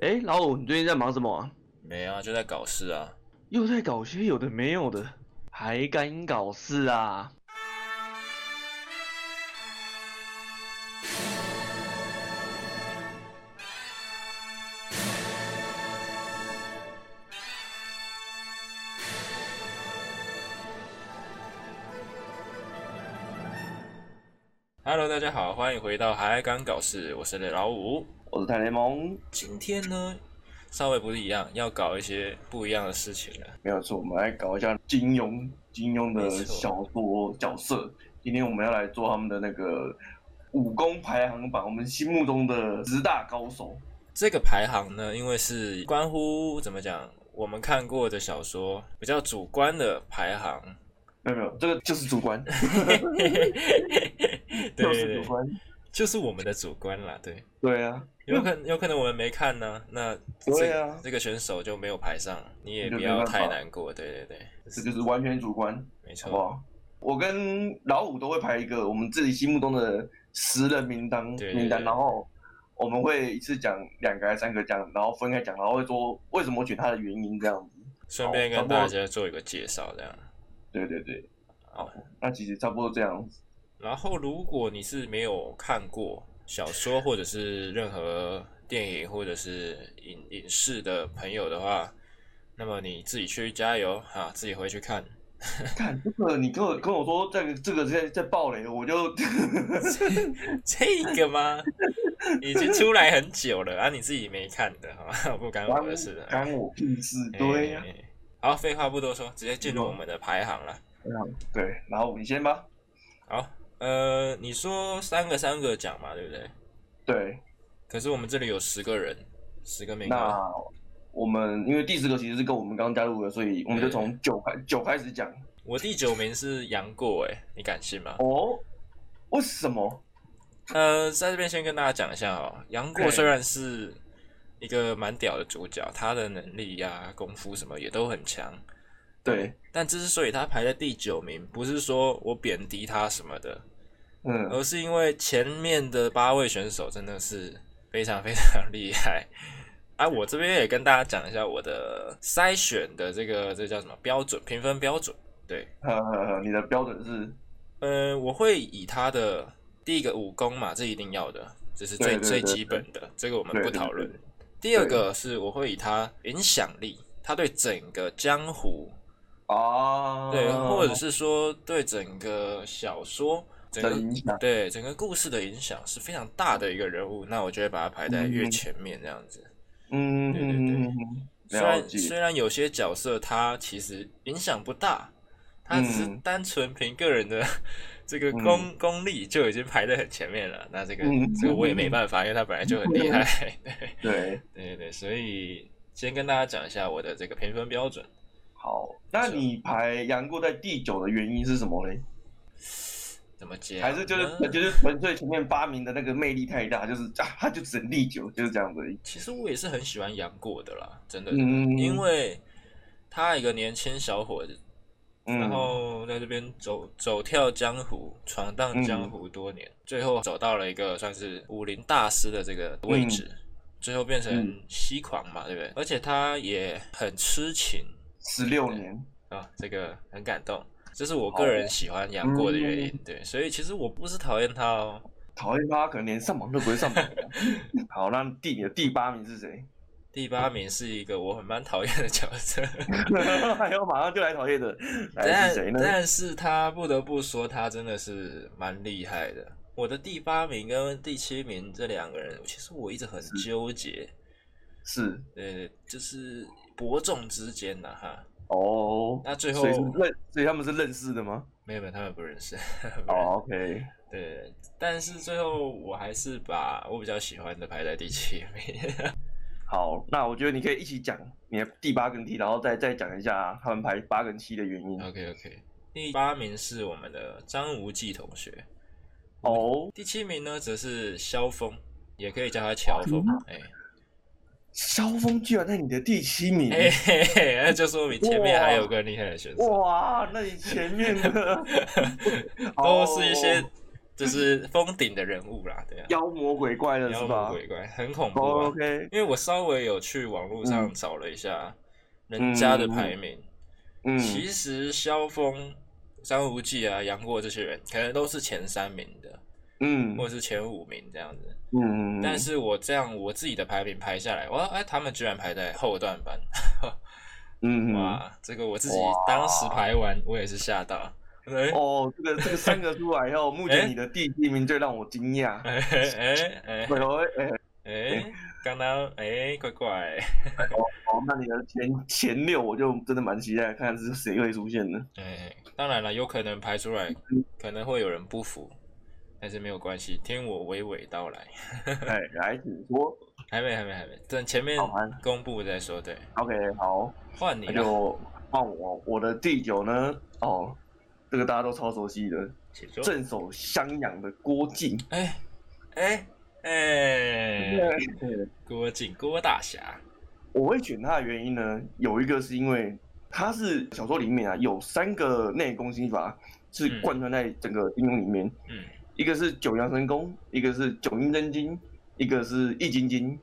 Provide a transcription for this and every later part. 哎、老五，你最近在忙什么啊？没啊，就在搞事啊。又在搞些有的没有的，还敢搞事啊？ Hello，大家好，欢迎回到海港搞事，我是老五。我是泰雷蒙，今天呢，稍微不一样，要搞一些不一样的事情了。没有错，我们来搞一下金庸，金庸的没错小说角色。今天我们要来做他们的那个武功排行榜，我们心目中的十大高手。这个排行呢，因为是关乎怎么讲，我们看过的小说比较主观的排行。没有没有，这个就是主观， 对就对是对主，观。就是我们的主观啦，对。对啊，有可有可能我们没看呢，那对这、啊这个选手就没有排上，你也那就不没要办法太难过，对对对，这就是完全主观，没好不错，好？我跟老五都会排一个我们自己心目中的十人名单对对名单，对然后我们会一次讲两个还是三个讲，然后分开讲，然后会说为什么我选他的原因这样子。顺便好跟大家做一个介绍，这样。对对对，好，那其实差不多这样子。然后，如果你是没有看过小说或者是任何电影或者是影影视的朋友的话，那么你自己去加油啊，自己回去看。看这个，你跟我跟我说这个这个在在暴雷，我就这个吗？已经出来很久了啊，你自己没看的，好吧，不干我的事了。干我屁事。对呀、嗯哎好，废话不多说，直接进入我们的排行了。对，然后你先吧。好，呃，你说三个三个讲嘛，对不对？对，可是我们这里有十个人，十个名额。那我们因为第十个其实是跟我们刚加入的，所以我们就从九开九开始讲。我第九名是杨过，哎，你敢信吗？哦，为什么？呃，在这边先跟大家讲一下哦，杨过对虽然是一个蛮屌的主角，他的能力呀、功夫什么也都很强，对，但之所以他排在第九名，不是说我贬低他什么的，嗯，而是因为前面的八位选手真的是非常非常厉害。啊，我这边也跟大家讲一下我的筛选的这个这叫什么标准评分标准。对，呵呵呵，你的标准是呃，我会以他的第一个武功嘛，这一定要的，这是最对对最对基本的，这个我们对不对讨对论。第二个是我会以他影响力，他对整个江湖啊，对，或者是说对整个小说、整的个影响，对整个故事的影响是非常大的一个人物，那我就会把它排在越嗯前面这样子。嗯，对对对嗯虽了然解虽然有些角色他其实影响不大，他只是嗯单纯凭个人的 这个功、功力就已经排在很前面了。那这个、嗯这个我也没办法，因为他本来就很厉害。 对对，对对，所以先跟大家讲一下我的这个评分标准。好，那你排杨过在第九的原因是什么嘞？怎么接？还是就是呢就是纯粹前面八名的那个魅力太大，就是啊，他就只能第九，就是这样子而已。其实我也是很喜欢杨过的啦，真的，嗯，因为他一个年轻小伙子，嗯然后在这边走走跳江湖，闯嗯荡江湖多年，最后走到了一个算是武林大师的这个位置，最后变成嗯西狂嘛，对不对？而且他也很痴情十六年，啊，这个很感动。这是我个哦人喜欢杨过的原嗯因，对，所以其实我不是讨厌他哦，讨厌他可能连上榜都不会上榜。好，那第你的第八名是 谁？ 第八名是一个我很蛮讨厌的角色，还有哎马上就来讨厌的，来但哎是谁呢？但是他不得不说，他真的是蛮厉害的。我的第八名跟第七名这两个人，其实我一直很纠结，是呃，就是伯仲之间呐、哈。哦，那最后所以是认，所以他们是认识的吗？没有没有，他们不认识。 哦，OK，对，但是最后我还是把我比较喜欢的排在第七名。好，那我觉得你可以一起讲你的第八跟七，然后再再讲一下他们排八跟七的原因。 OK OK，第八名是我们的张无忌同学，哦，第七名呢则是萧峰，也可以叫他乔峰。嗯哎、萧峰居然在你的第七名，哎、嘿嘿，那就说明前面还有个厉害的选手，哇，那你前面的都是一些就是封顶的人物啦，对啊，妖魔鬼怪的是妖吧哦魔鬼怪很恐怖啊。 ？OK，因为我稍微有去网络上嗯找了一下人家的嗯嗯排名，嗯，其实萧峰、张无忌啊、杨过这些人，可能都是前三名的，嗯嗯或者是前五名这样子。嗯，嗯但是我这样我自己的排名排下来，哇，哎，他们居然排在后段班，嗯嗯 哇，这个我自己哇当时排完，我也是吓到。哎哦，这个这个三个出来以后，目前你的第一名最让我惊讶。哎哎哎对哦，哎，哎，刚刚哎，怪怪，哦，那你的前前六，我就真的蛮期待看是谁会出现的。哎，当然了，有可能排出来，可能会有人不服，但是没有关系，听我娓娓道来。 哎，来，请说。还没，还没，还没，等前面好啊公布再说。对， OK，好，换你那了，就换我。我的第九呢，哦，这个大家都超熟悉的，请说。镇守襄阳的郭靖。哎哎哎，对，郭靖，郭大侠，我会选他的原因呢，有一个是因为他是小说里面啊有三个内功心法是嗯贯穿在整个金庸里面，嗯，一个是九阳神功，一个是九阴真经，一个是易筋经。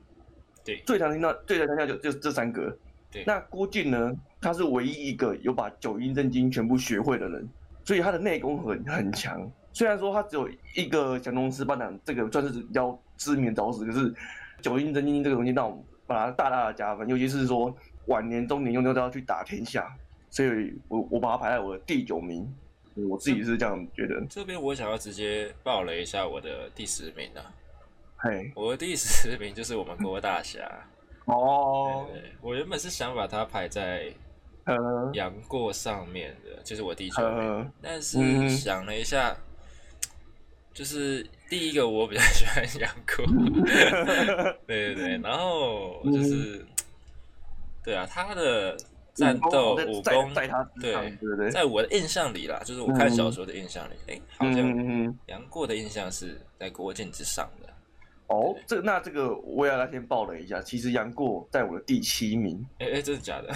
对最常听到、最常听到就就这三个。对那郭靖呢，他是唯一一个有把九阴真经全部学会的人，所以他的内功很很强。虽然说他只有一个降龙十八掌，这个算是比较知名的招式，可是九阴真经这个东西让我们把它大大的加分，尤其是说晚年中年用到要去打天下，所以我我把它排在我的第九名，我自己是这样觉得。这边我想要直接爆了一下我的第十名啊，嘿，我的第十名就是我们郭大侠。哦，对，对我原本是想把他排在呃，杨过上面的，就是我第九名。呃，但嗯是想了一下，就是第一个我比较喜欢杨过， 对对对，然后嗯就是，对啊，他的嗯战斗武在功，在他之上，对对不对？在我的印象里啦，就是我看小说的印象里，哎，好嗯像嗯嗯嗯，杨过的印象是在郭靖之上的，哦，这那这个我也要来先爆雷一下，其实杨过在我的第七名，哎哎，真的假的？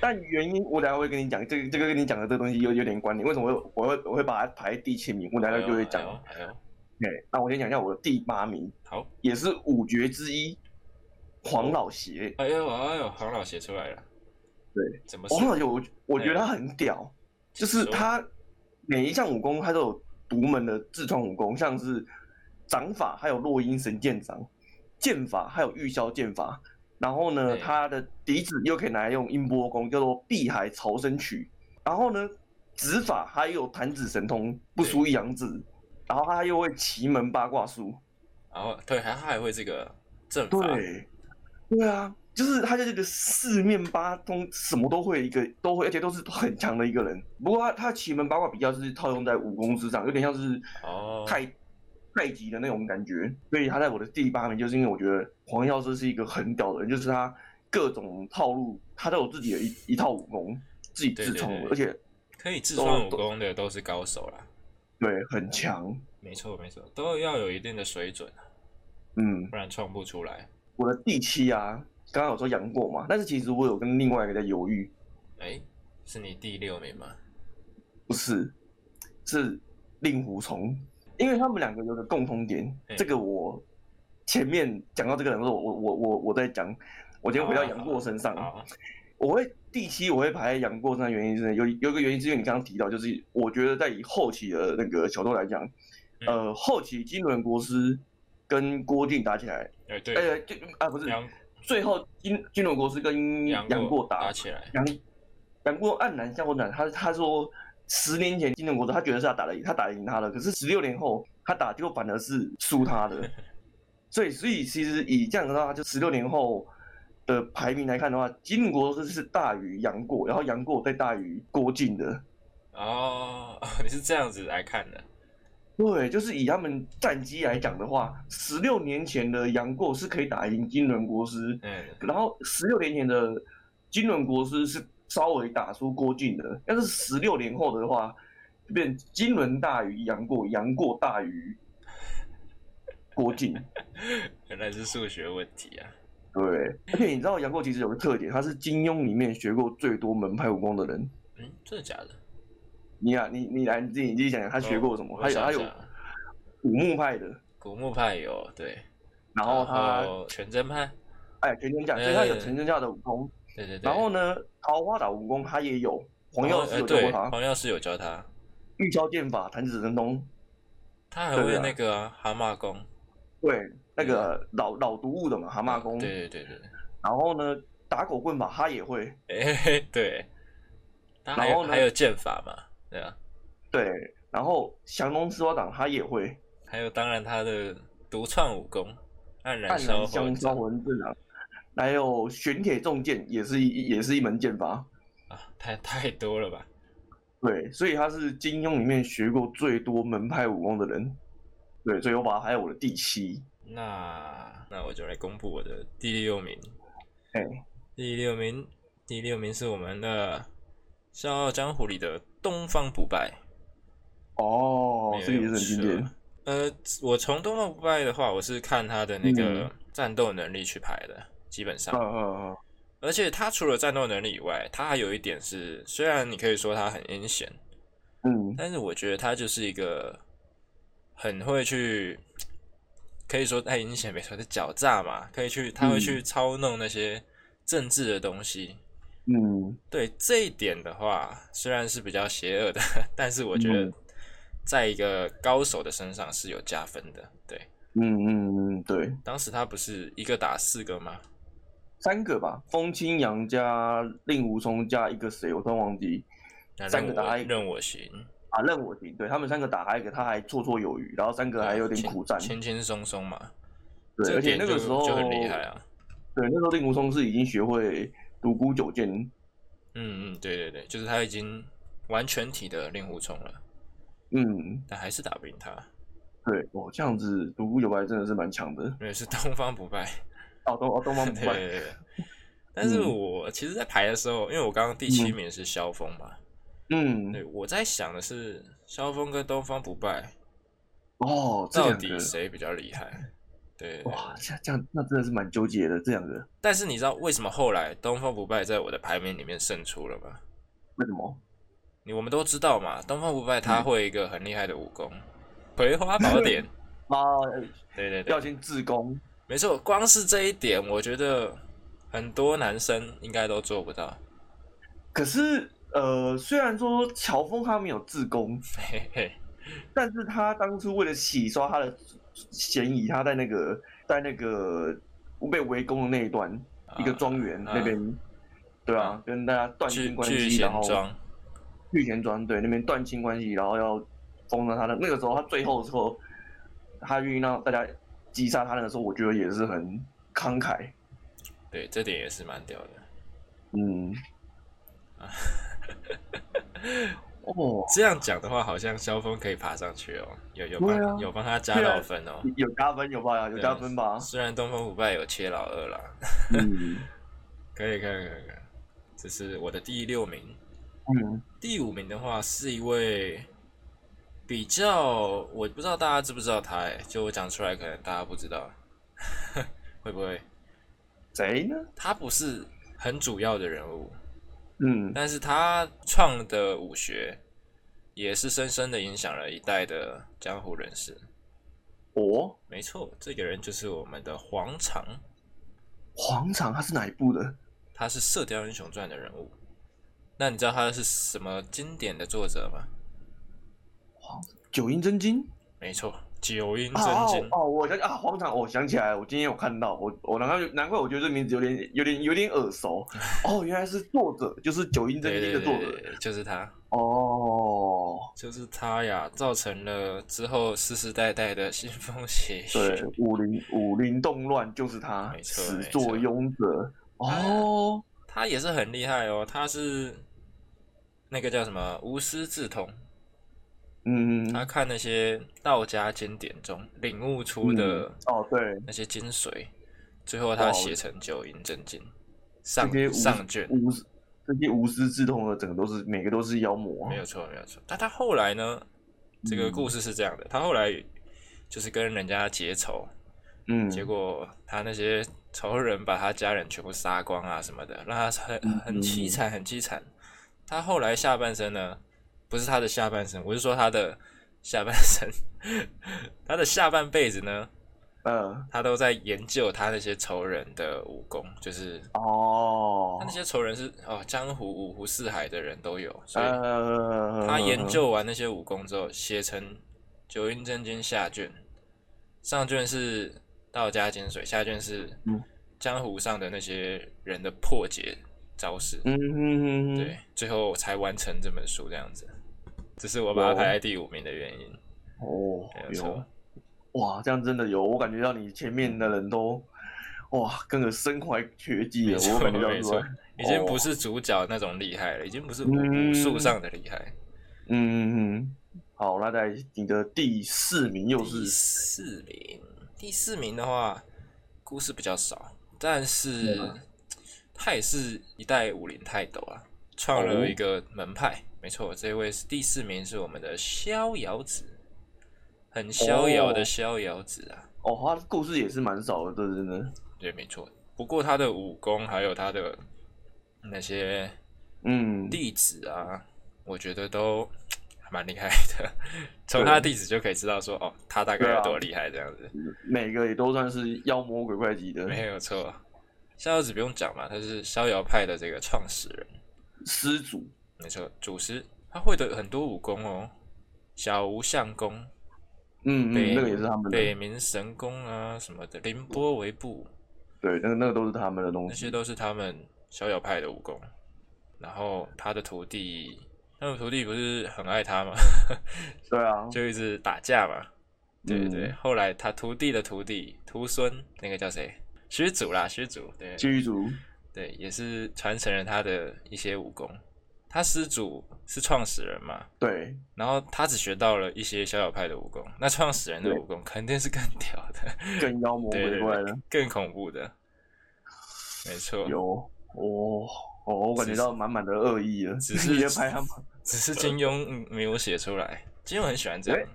但原因我等一下会跟你讲，这个这个跟你讲的这个东西有有点关联，为什么我会我会我会把它排第七名，我等一哎下就呦会讲。哎呦哎呦，对，那我先讲一下我的第八名，好，也是五绝之一，黄老邪。哎呦哎呦，黄老邪出来了，对，怎么哎黄老说？邪哦我我觉得他很屌，就是他每一项武功他都有独门的自创武功，像是掌法，还有落阴神剑掌，剑法还有玉箫剑法。然后呢，对他的笛子又可以拿来用音波功，叫做碧海潮生曲。然后呢，指法还有弹指神通，不输一阳指。然后他又会奇门八卦术。然后对，还他还会这个阵法，对，对啊，就是他就是一个四面八通，什么都会，一个都会，而且都是很强的一个人。不过他他奇门八卦比较是套用在武功之上，有点像是哦，太、太极的那种感觉。所以他在我的第八名，就是因为我觉得黄药师是一个很屌的人，就是他各种套路，他都有自己的 一一套武功，自己自创的，对对对而且可以自创武功的都是高手啦，对很强。没错没错，都要有一定的水准，啊嗯，不然创不出来。我的第七啊，刚刚有说杨过嘛，但是其实我有跟另外一个在犹豫，哎，是你第六名吗？不是，是令狐冲，因为他们两个有个共通点，嗯这个我前面讲到这个人的时候，我我我我在讲，我今天回到杨过身上，啊哦好，我会第七我会排在杨过身上，原因是有有一个原因是因为你刚刚提到，就是我觉得在以后期的那个小说来讲，嗯呃，后期金轮国师跟郭靖打起来，哎对，呃，就啊不是，杨最后金金轮国师跟杨过打打起来，杨杨过黯然向我讲，他他说十年前金城国他觉得是他打得赢，他打得赢他了，可是十六年后他打就反而是输他的，所以所以其实以这样的话，就十六年后的排名来看的话，金城国是是大于杨过，然后杨过再大于郭靖的。哦， 你是这样子来看的，对，就是以他们战绩来讲的话，十六年前的杨过是可以打赢金轮国师，嗯，然后十六年前的金轮国师是稍微打输郭靖的，但是十六年后的话，就变金轮大于杨过，杨过大于郭靖。原来是数学问题啊。对，而且你知道杨过其实有个特点，他是金庸里面学过最多门派武功的人。嗯，真的假的？你啊，你你来，你自己你自己想想，他学过什么？哦他有他有，古墓派的，古墓派有对，然后他全真派，哎全真教，所以他有全真教的武功。对对对，然后呢，桃花岛武功他也有，黄药师呃有教对过他，黄药师有教他，玉箫剑法、弹指神通，他还对会啊那个啊蛤蟆功，对，那个老老毒物的嘛，蛤蟆功。对对对对然后呢，打狗棍法他也会，对， 哎嘿嘿对，他还然有后呢还有剑法嘛，对啊，对，然后降龙十八掌他也会，还有当然他的独创武功黯黯然销然魂香招魂阵啊，还有玄铁重剑也是一也是一门剑法。啊，太太多了吧？对，所以他是金庸里面学过最多门派武功的人。对，所以我把他排在我的第七。那那我就来公布我的第六名，哎、第六名，第六名是我们的《笑傲江湖》里的东方不败。哦，这个也是很经没有典错。呃，我从东方不败的话，我是看他的那个嗯战斗能力去排的，基本上嗯。嗯嗯，而且他除了战斗能力以外，他还有一点是，虽然你可以说他很阴险，嗯，但是我觉得他就是一个很会去，可以说太阴险没错，是狡诈嘛，可以去，他会去操弄那些政治的东西。嗯，对这一点的话，虽然是比较邪恶的， 但是我觉得嗯在一个高手的身上是有加分的。对，嗯嗯嗯，对，当时他不是一个打四个吗？三个吧，风清扬加令狐冲加一个谁，我突然忘记那三任个打我一个任我行，啊，任我行，对他们三个打还给他还绰绰有余，然后三个还有点啊轻苦战，轻轻松松嘛。对，这而且点那个就时候就很厉害啊。对，那时候令狐冲是已经学会独孤九剑，嗯嗯，对对对，就是他已经完全体的令狐冲了，嗯，但还是打不赢他，对，哦，这样子独孤九白真的是蛮强的，因为是东方不败。 哦，东哦东方不对败，对对对。但嗯是我其实，在排的时候，因为我刚刚第七名是萧峰嘛，嗯，对，我在想的是萧峰跟东方不败哦，这到两个底谁比较厉害？对，哇，这这样那真的是蛮纠结的，这两个但是你知道为什么后来东方不败在我的排名里面胜出了吗？为什么？你我们都知道嘛，东方不败嗯他会一个很厉害的武功，葵花 宝典。啊，对对要对，先自宫，没错，光是这一点，我觉得很多男生应该都做不到。可是呃，虽然说乔峰他没有自宫，嘿嘿嘿，但是他当初为了洗刷他的嫌疑，他在那个在那个被围攻的那一段，一个庄园啊那边，对啊，跟大家断去清关去系，然贤后庄，聚贤庄对那边断清关系，然后要封了他的。那个时候他最后的时候，他愿意让大家击杀他那个时候，我觉得也是很慷慨。对，这点也是蛮屌的。 嗯，哦，这样讲的话，好像萧峰可以爬上去哦，有有帮、对啊有帮他加到分哦。有加分有吧？有加分吧？虽然东方不败有切老二啦，嗯可以可以可以可以，这是我的第六名。嗯第五名的话是一位比较，我不知道大家知不知道他、欸，就我讲出来可能大家不知道， 会不会？谁呢？他不是很主要的人物，嗯但是他创的武学也是深深的影响了一代的江湖人士。我没错，这个人就是我们的黄常，黄场他是哪一部的？他是《射雕英雄传》的人物。那你知道他是什么经典的作者吗？九阴真经。没错，九阴真啊经。哦，我想起啊，黄场，我想起来了，我今天有看到，我我难怪难怪我觉得这名字有点有点有点耳 熟。哦，原来是作者，就是《九阴真对经》的对对作者。对对就是他，哦，就是他呀，造成了之后世世代代的腥风血对雨。，武林武林动乱就是他，没错始没作错俑者。哦，他也是很厉害哦，他是那个叫什么无师自通，嗯，他看那些道家经典中领悟出的哦，对，那些精髓，最后他写成《九阴真经》上这些无上卷，无这些无师自通的，整个都是每个都是妖魔。没有错没有错。但他后来呢，这个哦嗯故事是这样的，他后来就是跟人家结仇，嗯，结果他那些仇人把他家人全部杀光啊什么的，让他很嗯很凄惨，很凄惨。他后来下半生呢，不是他的下半生，我是说他的下半身， 他的下半辈子呢，嗯，他都在研究他那些仇人的武功，就是哦他那，些仇人是哦，江湖五湖四海的人都有，所以呃，他研究完那些武功之后，写成《九阴真经》下卷，上卷是道家金水，下卷是嗯江湖上的那些人的破解招式，嗯，嗯嗯嗯，对，最后才完成这本书这样子。这是我把它排在第五名的原因，哦没，有有错。哇，这样真的有，我感觉到你前面的人都，哇，跟个身怀绝技没了，错我感觉到没是错吧，已经不是主角那种厉害了，已经不是武武哦嗯术上的厉害。嗯嗯嗯，好，那在你的第四名又第是，四名，第四名的话，故事比较少，但是嗯他也是一代武林泰斗啊，创哦了一个门派。没错，这位是第四名，是我们的逍遥子，很逍遥的哦逍遥子啊。哦，他故事也是蛮少的，这真的，对，没错。不过他的武功还有他的那些嗯，弟子啊，我觉得都还蛮厉害的。 从他的弟子就可以知道说，哦，他大概对啊有多厉害这样子。每个也都算是妖魔鬼怪级的没有错，逍遥子不用讲嘛，他是逍遥派的这个创始人，失主，没错，祖师，他会的很多武功哦，小无相功，嗯嗯，北那个也是他们的，北冥神功啊什么的，凌波微步，对，那个那个都是他们的东那些西，都是他们逍遥派的武功。然后他的徒弟，他的徒弟不是很爱他吗？ 对啊，就一直打架嘛。对对对，嗯后来他徒弟的徒弟徒孙，那个叫谁？虚祖啦，虚祖，对，驱逐，对，也是传承了他的一些武功。他师祖是创始人嘛，对，然后他只学到了一些逍遥派的武功，那创始人的对武功肯定是更屌 的，更妖魔对鬼对怪对的，，更恐怖的，没错。有，哦哦，我感觉到满满的恶意了，只是 你的排行榜。只是金庸嗯没有写出来，金庸很喜欢这样，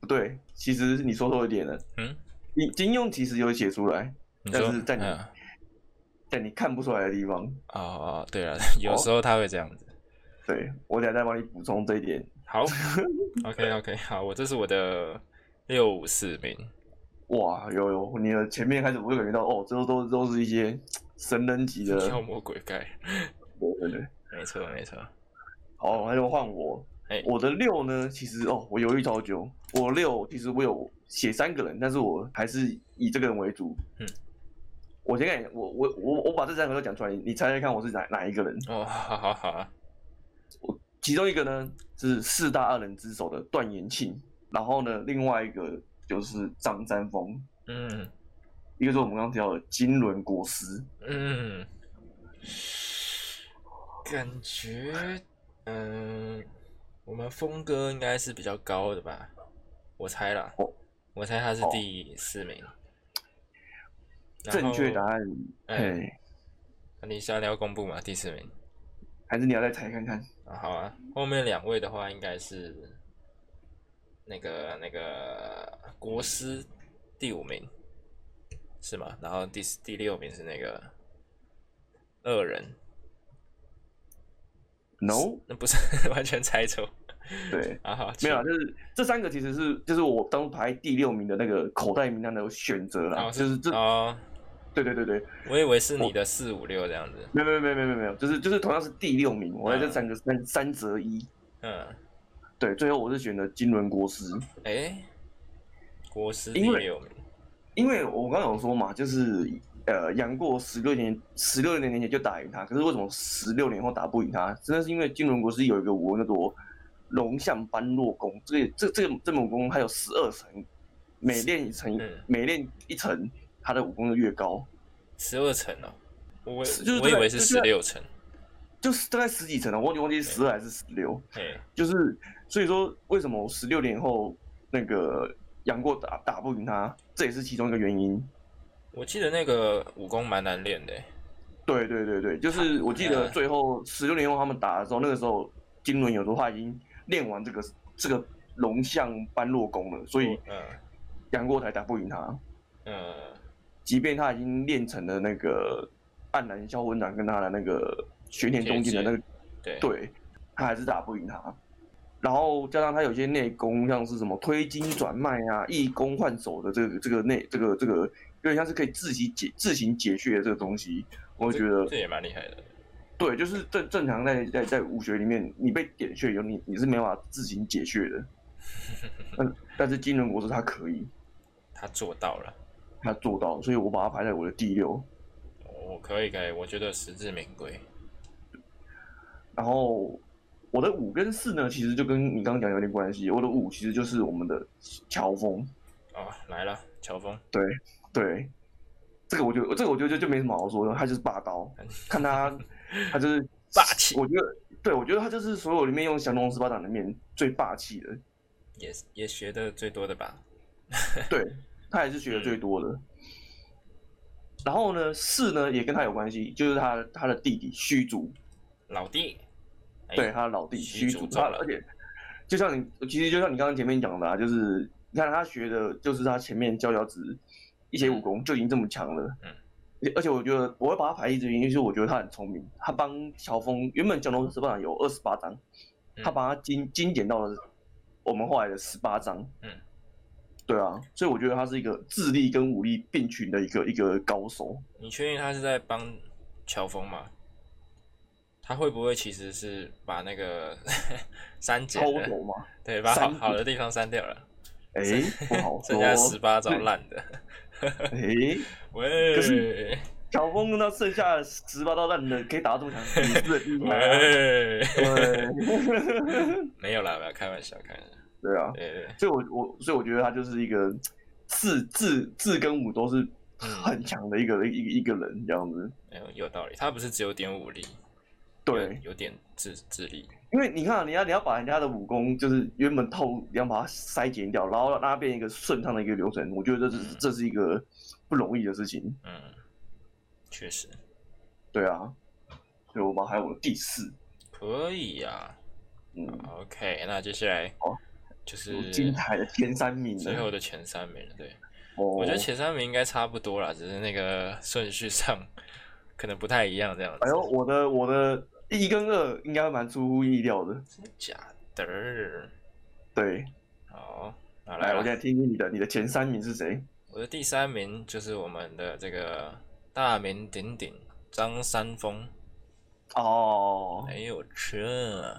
不对，其实你说错一点了。嗯，金金庸其实有写出来，你但说是在你嗯但你看不出来的地方。哦哦对了，有时候他会这样子。对我等下再帮你补充这一点。 好，OK OK，好，我这是我的六五四名，哇，有有，你的前面开始我就感觉到，哦，这都都都是一些神人级的。妖魔鬼怪，对对对。没错没错，好，那就换我。哎我的六呢，其实哦，我犹豫超久。我六其实我有写三个人，但是我还是以这个人为主。嗯，我先看你，我我我我把这三个都讲出来，你猜猜看我是哪哪一个人？哦，好好好啊。其中一个呢是四大恶人之首的段延庆，然后呢，另外一个就是张三丰，嗯一个是我们刚刚提到的金轮国师。嗯，感觉嗯，我们峰哥应该是比较高的吧，我猜啦，哦我猜他是第四名。然正确答后，案，哎、嘿，你想要公布吗？第四名还是你要再猜看看？啊，好啊。后面两位的话应该是那个那个国师第五名是吗？然后第四第六名是那个恶人。 No，那不是完全猜错对，啊？好，没有啦，请就是这三个其实是就是我当初排第六名的那个口袋名单的选择啦，哦就是这，哦，对对对对，我以为是你的四五六这样子。没有没有没有没有没有没有，就是就是同样是第六名，我在这嗯三个三三择一，嗯，对，最后我是选的金轮国师，哎、国师第因为六名，因为我刚刚有说嘛，就是呃，杨过十六年十六年前就打赢他，可是为什么十六年后打不赢他？真的是因为金轮国师有一个武功叫做龙象般若功，这个这这个这门武功它有十二层，每练一层，嗯每练一层，他的武功就越高，十二层哦，我就是我以为是这十个六层。就是大概十几层了，我忘记忘记十二还是十六，哎、就是所以说为什么十六年后那个杨过打打不赢他，这也是其中一个原因。我记得那个武功蛮难练的。对对对对，就是我记得嗯最后十六年后他们打的时候，那个时候金轮有时候他已经练完这个这个龙象般若功了，所以嗯杨过才打不赢他。嗯即便他已经练成了那个黯然销魂掌跟他的那个玄天中劲的那个对对，他还是打不赢他。然后加上他有些内功，像是什么推经转脉啊、易功换手的这个这个内这个这个，有点像是可以自己解自行解穴的这个东西，我这觉得这也蛮厉害的。对，就是正正常在在在武学里面，你被点穴以后，你你是没办法自行解穴的。但但是金轮国师他可以，他做到了，他做到，所以我把它排在我的第六。我可以可以，我觉得实至名归。然后我的五跟四呢，其实就跟你刚刚讲有点关系。我的五其实就是我们的乔峰，哦，来了，乔峰，对，这个我觉得这个我觉得就就没什么好说的，他就是霸 道，看他他就是霸气我觉得对，我觉得他就是所有里面用降龙十八掌里面最霸气的，也也学的最多的吧？对他也是学的最多的。然后呢，四呢也跟他有关系，就是他他的弟弟虚竹，老弟，哎对，他的老弟虚虚竹竹，中他了而且就像你，其实就像你刚刚前面讲的、啊，就是你看他学的，就是他前面教小子一些武功就已经这么强了。嗯嗯，而且我觉得我会把他排第一的原因，就是我觉得他很聪明，他帮乔峰原本降龙十八掌有二十八章，嗯他把它精精简到了我们后来的十八章。嗯。对啊，所以我觉得他是一个智力跟武力并群的一个一个高手。你确定他是在帮乔峰吗？他会不会其实是把那个 删减偷了？走 嘛？对，把好删减好的地方删掉了，哎、不好剩下说十。八招对烂的。哎、可喂乔峰跟他剩下的十八道烂的可以打到这么强，你是很厉害 哎啊、喂，对， 没有啦，没有开玩笑，开玩笑。对啊，对对，对所以我我所以我觉得他就是一个智智智跟武都是很强的一个嗯一个一个人这样子。没有有道理。他不是只有点武力，对有，有点智智力。因为你看啊、你要你要把人家的武功就是原本套路，你要把它筛减掉，然后让它变成一个顺畅的一个流程，我觉得这是这是一个不容易的事情。嗯，确实对啊，所以我把还有我的第四，可以呀、嗯， OK，那接下来好就是精彩的前三名最了。后的前三名了。对，哦，我觉得前三名应该差不多啦，只是那个顺序上 可能不太一样这样子。哎呦，我的我的一跟二应该蛮出乎意料的。真的假的儿？对，好，那来来，我了现。在听听你的，你的前三名是谁？我的第三名就是我们的这个大名鼎鼎张三丰，哦，哎呦这、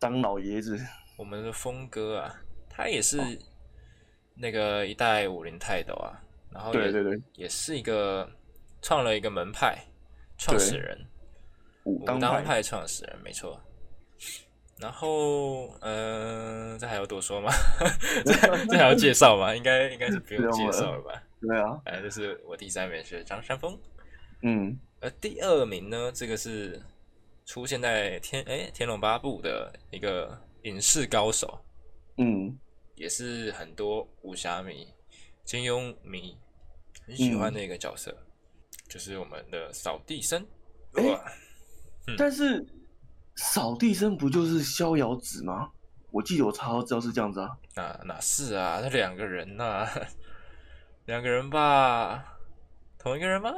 张老爷子，我们的峰哥啊，他也哦是那个一代武林泰斗啊，然后也对对对，也是一个创了一个门派创始人，武武当当派，派创始人没错。然后，呃，这还要多 说吗？这这还要介绍吗？应该应该是不用不用介了绍了吧？对啊，哎，这是我第三名是张三丰。嗯，而第二名呢，这个是出现在天哎《天龙八部》的一个影视高手，嗯，也是很多武侠迷、金庸迷很喜嗯欢的一个角色，就是我们的扫地僧。哎哇，但是扫地僧不就是逍遥子吗？我记得我查到资料是这样子啊，哪哪是啊？那两个人呐、 两个人吧，同一个人吗？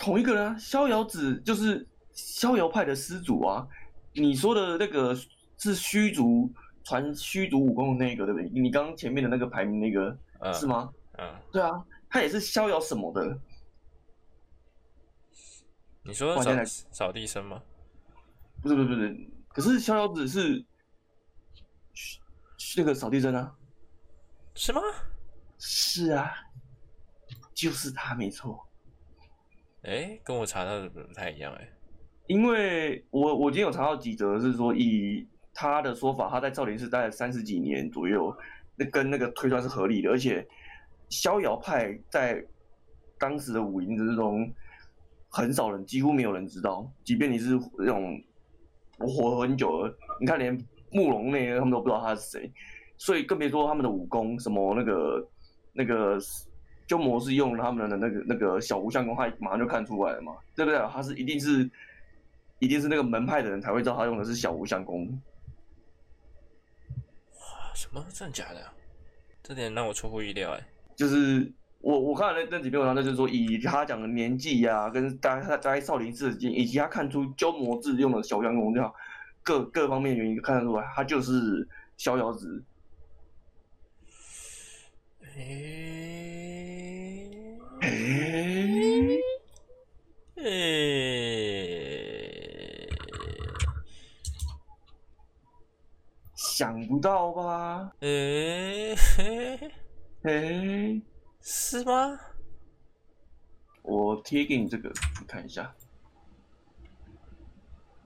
同一个人啊，逍遥子就是逍遥派的施主啊。你说的那个是虚竹传虚竹武功的那个，对不对？你刚刚前面的那个排名那个嗯，是？吗？嗯，对啊，他也是逍遥什么的，你说我先扫来扫地僧吗？不是不是不是，可是逍遥子是是那个扫地僧啊，是吗？是啊，就是他没错。哎，跟我查到的不太一样哎、因为我我今天有查到几则是说，以他的说法，他在少林寺待了三十几年左右，那跟那个推断是合理的。而且逍遥派在当时的武林之中，很少人，几乎没有人知道。即便你是那种活很久了，你看连慕容那些他们都不知道他是谁，所以更别说他们的武功什么那个那个。鸠摩是用他们的那个那个小无相功，他马上就看出来了嘛，对不对？他是一定是一定是那个门派的人才会知道他用的是小无相功。啊什么？真的假的？这点让我出乎意料哎、就是我我看了那那几篇文章，那就是说以他讲的年纪呀、跟大家他在少林寺的经验以及他看出鸠摩智用的小无相功这样，各各方面原因就看得出来，他就是逍遥子。诶诶诶，想不到吧？诶，诶，是吗？我贴给你这个，你看一下。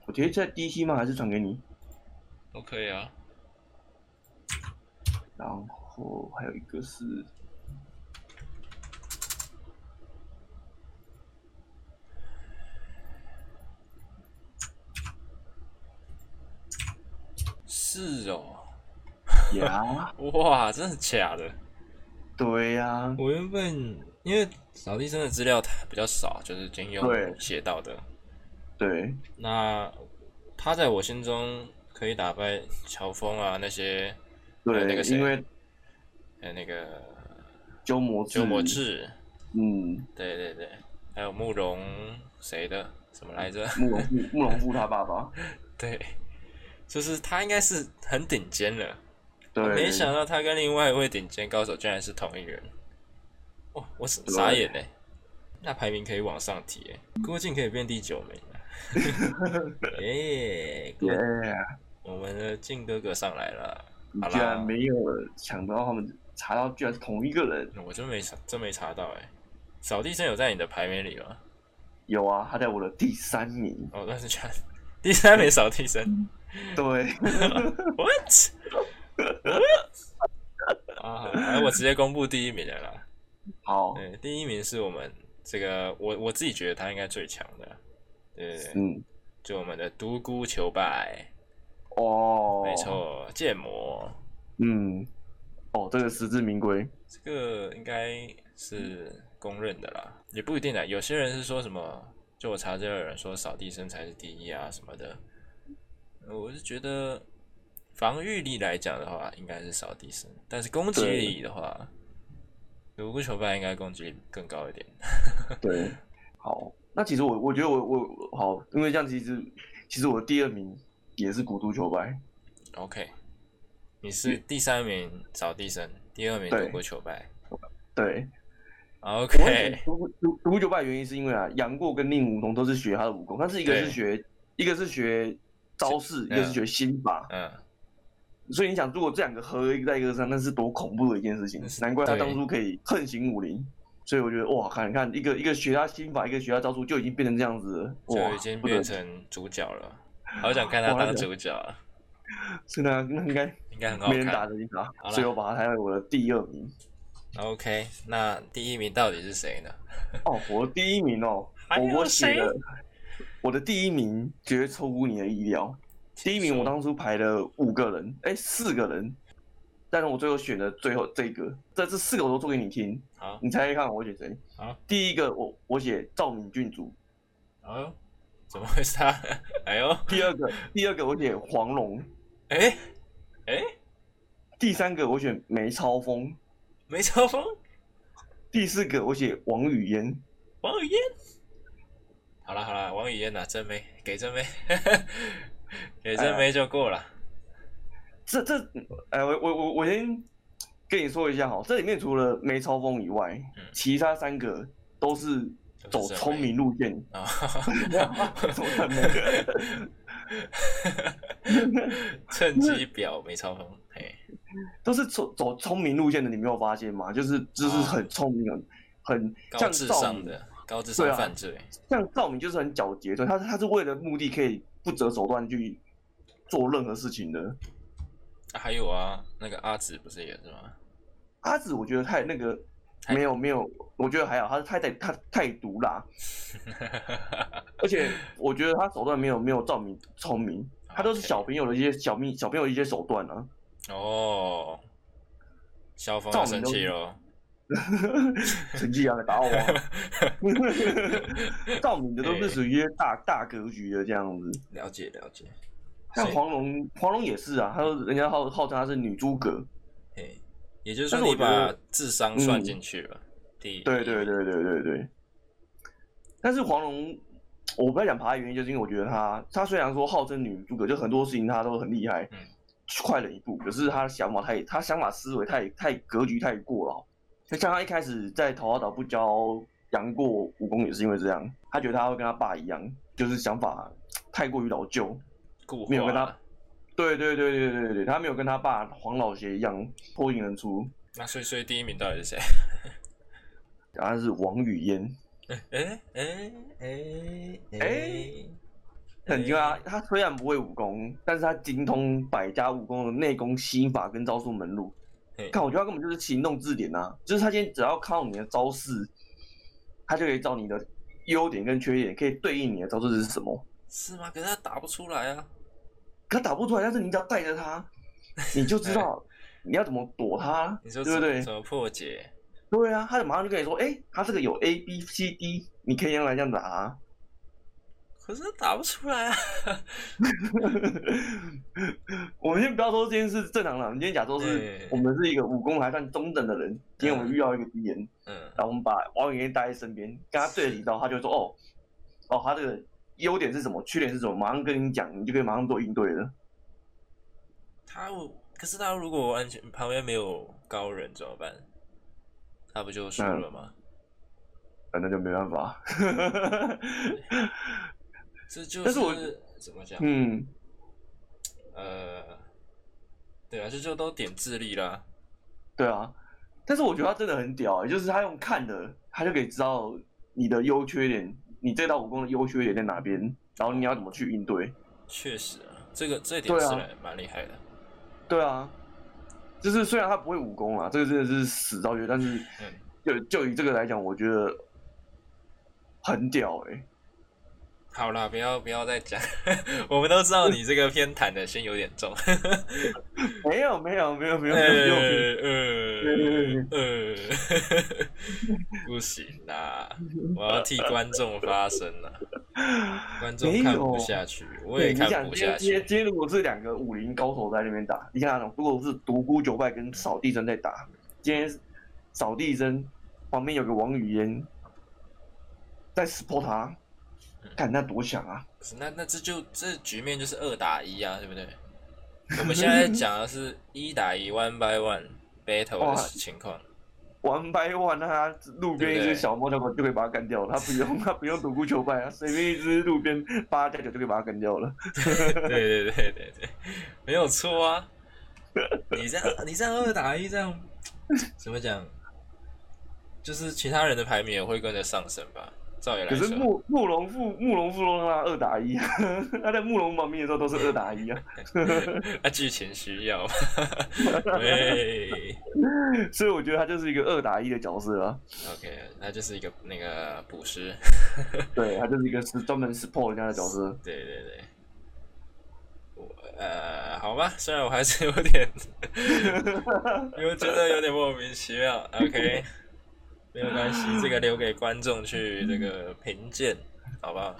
我贴在 DC 吗？还是传给你？都可以啊。然后还有一个是， 是哦，呀，哇，真的假的？对呀、我原本因为扫地僧的资料它比较少，就是金对庸写到的。对，那他在我心中可以打败乔峰啊，那些还有那对个，谁因为还有那个鸠摩智鸠摩，智，嗯，对对对，还有慕容谁的什么来着？ 慕容复，慕容复他爸爸，对，就是他应该是很顶尖了。对，没想到他跟另外一位顶尖高手竟然是同一人，哇，我傻对傻眼嘞！那排名可以往上提耶，郭靖可以变第九名 了，耶、耶、我们的靖哥哥上来了，你好居然啦，没有想到他们查到居然是同一个人。我真没查，真没查到哎，扫地僧有在你的排名里吗？有啊，他在我的第三名。哦，但是居然第三名扫地僧 对， ，what？啊，好啦我直接公布第一名了啦。好，对，第一名是我们这个，我我自己觉得他应该最强的，对对对，嗯，就我们的独孤求败，哦，没，错，剑魔，嗯，哦，这个实至名归。这个应该是公认的啦，也不一定啦，有些人是说什么，就我查资料有人说扫地僧才是第一啊什么的，呃我是觉得防御力来讲的话，应该是扫地僧，但是攻击对力的话，独孤求败应该攻击力更高一点，对，好，那其实我我觉得我我好，因为这样其实其实我的第二名也是古都球白， OK，你是第三名扫地僧，第二名对德国球拜。对，我会选 OK，独孤独独孤九拜的原因是因为啊，杨过跟令狐冲都是学他的武功，但是一个对是学一个是学招式，一个是学心法，嗯，所以你想，如果这两个合一在一个上，那是多恐怖的一件事情那。是难怪他对当初可以横行武林。所以我觉得哇，看看一个一个学他心法，一个学他招数，就已经变成这样子了，哇就已，经不得变了 成主角了，好想看他哇那当个主角啊，是的啊，那应该应该很好没人打看。得赢他好，啦所以我把他排在我的第二名。 OK，那第一名到底是谁呢？哦，我的第一名哦，还有我我写谁的，我的第一名绝对出乎你的意料。第一名我当初排了五个人，哎，四个人，但是我最后选的最后这个，这这四个我都做给你听，好，你猜猜看我会选谁？好，第一个我我写赵敏郡主，哎呦，怎么会是他？ 哎呦，第二个 第二个我写黄蓉，哎哎，第三个我选梅超风，梅超风，第四个我写王语嫣，王语嫣。好了好了，王语嫣拿真妹，给真妹， 给真哎妹就过了。这这，哎，我我我我先跟你说一下哈，这里面除了梅超风以外，嗯其他三个都是走聪明路线，啊，怎么可能 趁机表梅超风，嘿，都是走走聪明路线的，你没有发现吗？就是就是很聪明，很很啊高像智赵商敏，的高智对啊商犯罪，像赵敏就是很狡黠的，他他是为了目的可以不择手段去做任何事情的。啊还有啊，那个阿紫不是也是吗？阿紫，我觉得太那个太没有没有，我觉得还好，他太太他太毒 辣，而且我觉得他手段没有没有赵敏聪明，他都是 OK 小朋友的一些小秘小朋友的一些手段 啊。哦，萧峰赵要敏生都气喽，成绩啊，打我 啊！赵敏的都是属于一些大大格局的这样子，了解了解，像所以黄蓉，黄蓉也是啊，她说人家号号称她是女诸葛，嘿，也就是但说是我你觉得把智商算嗯进去了，第一对对对对对对。但是黄蓉，我不要讲爬的原因，就是因为我觉得她，她虽然说号称女诸葛，就很多事情她都很厉害，嗯快了一步，可是她的想法太，她想法思维太太格局太过了。就像她一开始在桃花岛不教杨过武功，也是因为这样，她觉得她会跟她爸一样，就是想法太过于老旧，固没有化跟他了。对对对对对对对，她没有跟她爸黄老邪一样脱颖而出，那所以所以第一名到底是谁？ 答案是王语嫣。哎哎哎哎很惊讶，她啊虽然不会武功，但是她精通百家武功的内功、心法跟招数门路嘿。看，我觉得她根本就是行动字典啊！就是她今天只要看到你的招式，她就可以照你的优点跟缺点，可以对应你的招式是什么。是吗？可是他打不出来啊。可打不出来，但是你只要带着她，你就知道你要怎么躲她，你说对不怎么对怎？么破解？对啊，她就马上就跟你说，哎、她这个有 A B C D，你可以用来这样打、啊。可是他打不出来啊。 我们先不要说这件事正常了，我们今天假说是对我们是一个武功还算中等的人，今天我们遇到一个敌人，嗯，然后我们把王语嫣带在身边，跟他对了几招，他就说哦，哦，他这个优点是什么，缺点是什么，马上跟你讲，你就可以马上做应对了。他可是他如果完全旁边没有高人怎么办？他不就输嗯了吗？啊、那就没办法。这就但是我怎么讲？嗯，呃，对啊，这就都点智力啦。对啊，但是我觉得他真的很屌、欸，就是他用看的，他就可以知道你的优缺点，你这道武功的优缺点在哪边，然后你要怎么去应对。确实啊，这个这一点对是啊蛮厉害的。对啊，就是虽然他不会武功啊，这个真的是死招诀，但是嗯，就就以这个来讲，我觉得很屌哎、好啦，不要不要再讲， 我们都知道你这个偏袒的心有点重。没有没有没有 没有呃没有没有，呃呃， 不行啦，我要替观众发声啦，观众看不下去，我也对，你看想不今下天今天去。今天如果是两个武林高手在那边打，你看、啊、如果是独孤九拜跟扫地僧在打，今天扫地僧旁边有个王语嫣在 support 他，嗯看那多强啊！不是那那这就这局面就是二打一啊，对不对？我们现在讲的是一打一，one by one battle 哇的情况。玩掰万，那他路边一对不对只小猫小狗就可以把它干掉了，他不用他不用独孤求败啊，随便一只路边八加九就可以把它干掉了。对 对对对对，没有错啊。你这样你这样二打一这样，怎么讲？就是其他人的排名也会跟着上升吧。照理来可是说，慕慕容复慕容复都让他二打一，啊 他在慕容旁边的时候都是二打一啊， 啊，剧情 需要，对所以我觉得他就是一个二打一的角色啊。 ，OK，那就是一个那个捕食，对，他就是一个是专门 support 人家的角色。对对对，我呃，好吧，虽然我还是有点， 我觉得有点莫名其妙，OK，没有关系，这个留给观众去这个评鉴，好不好？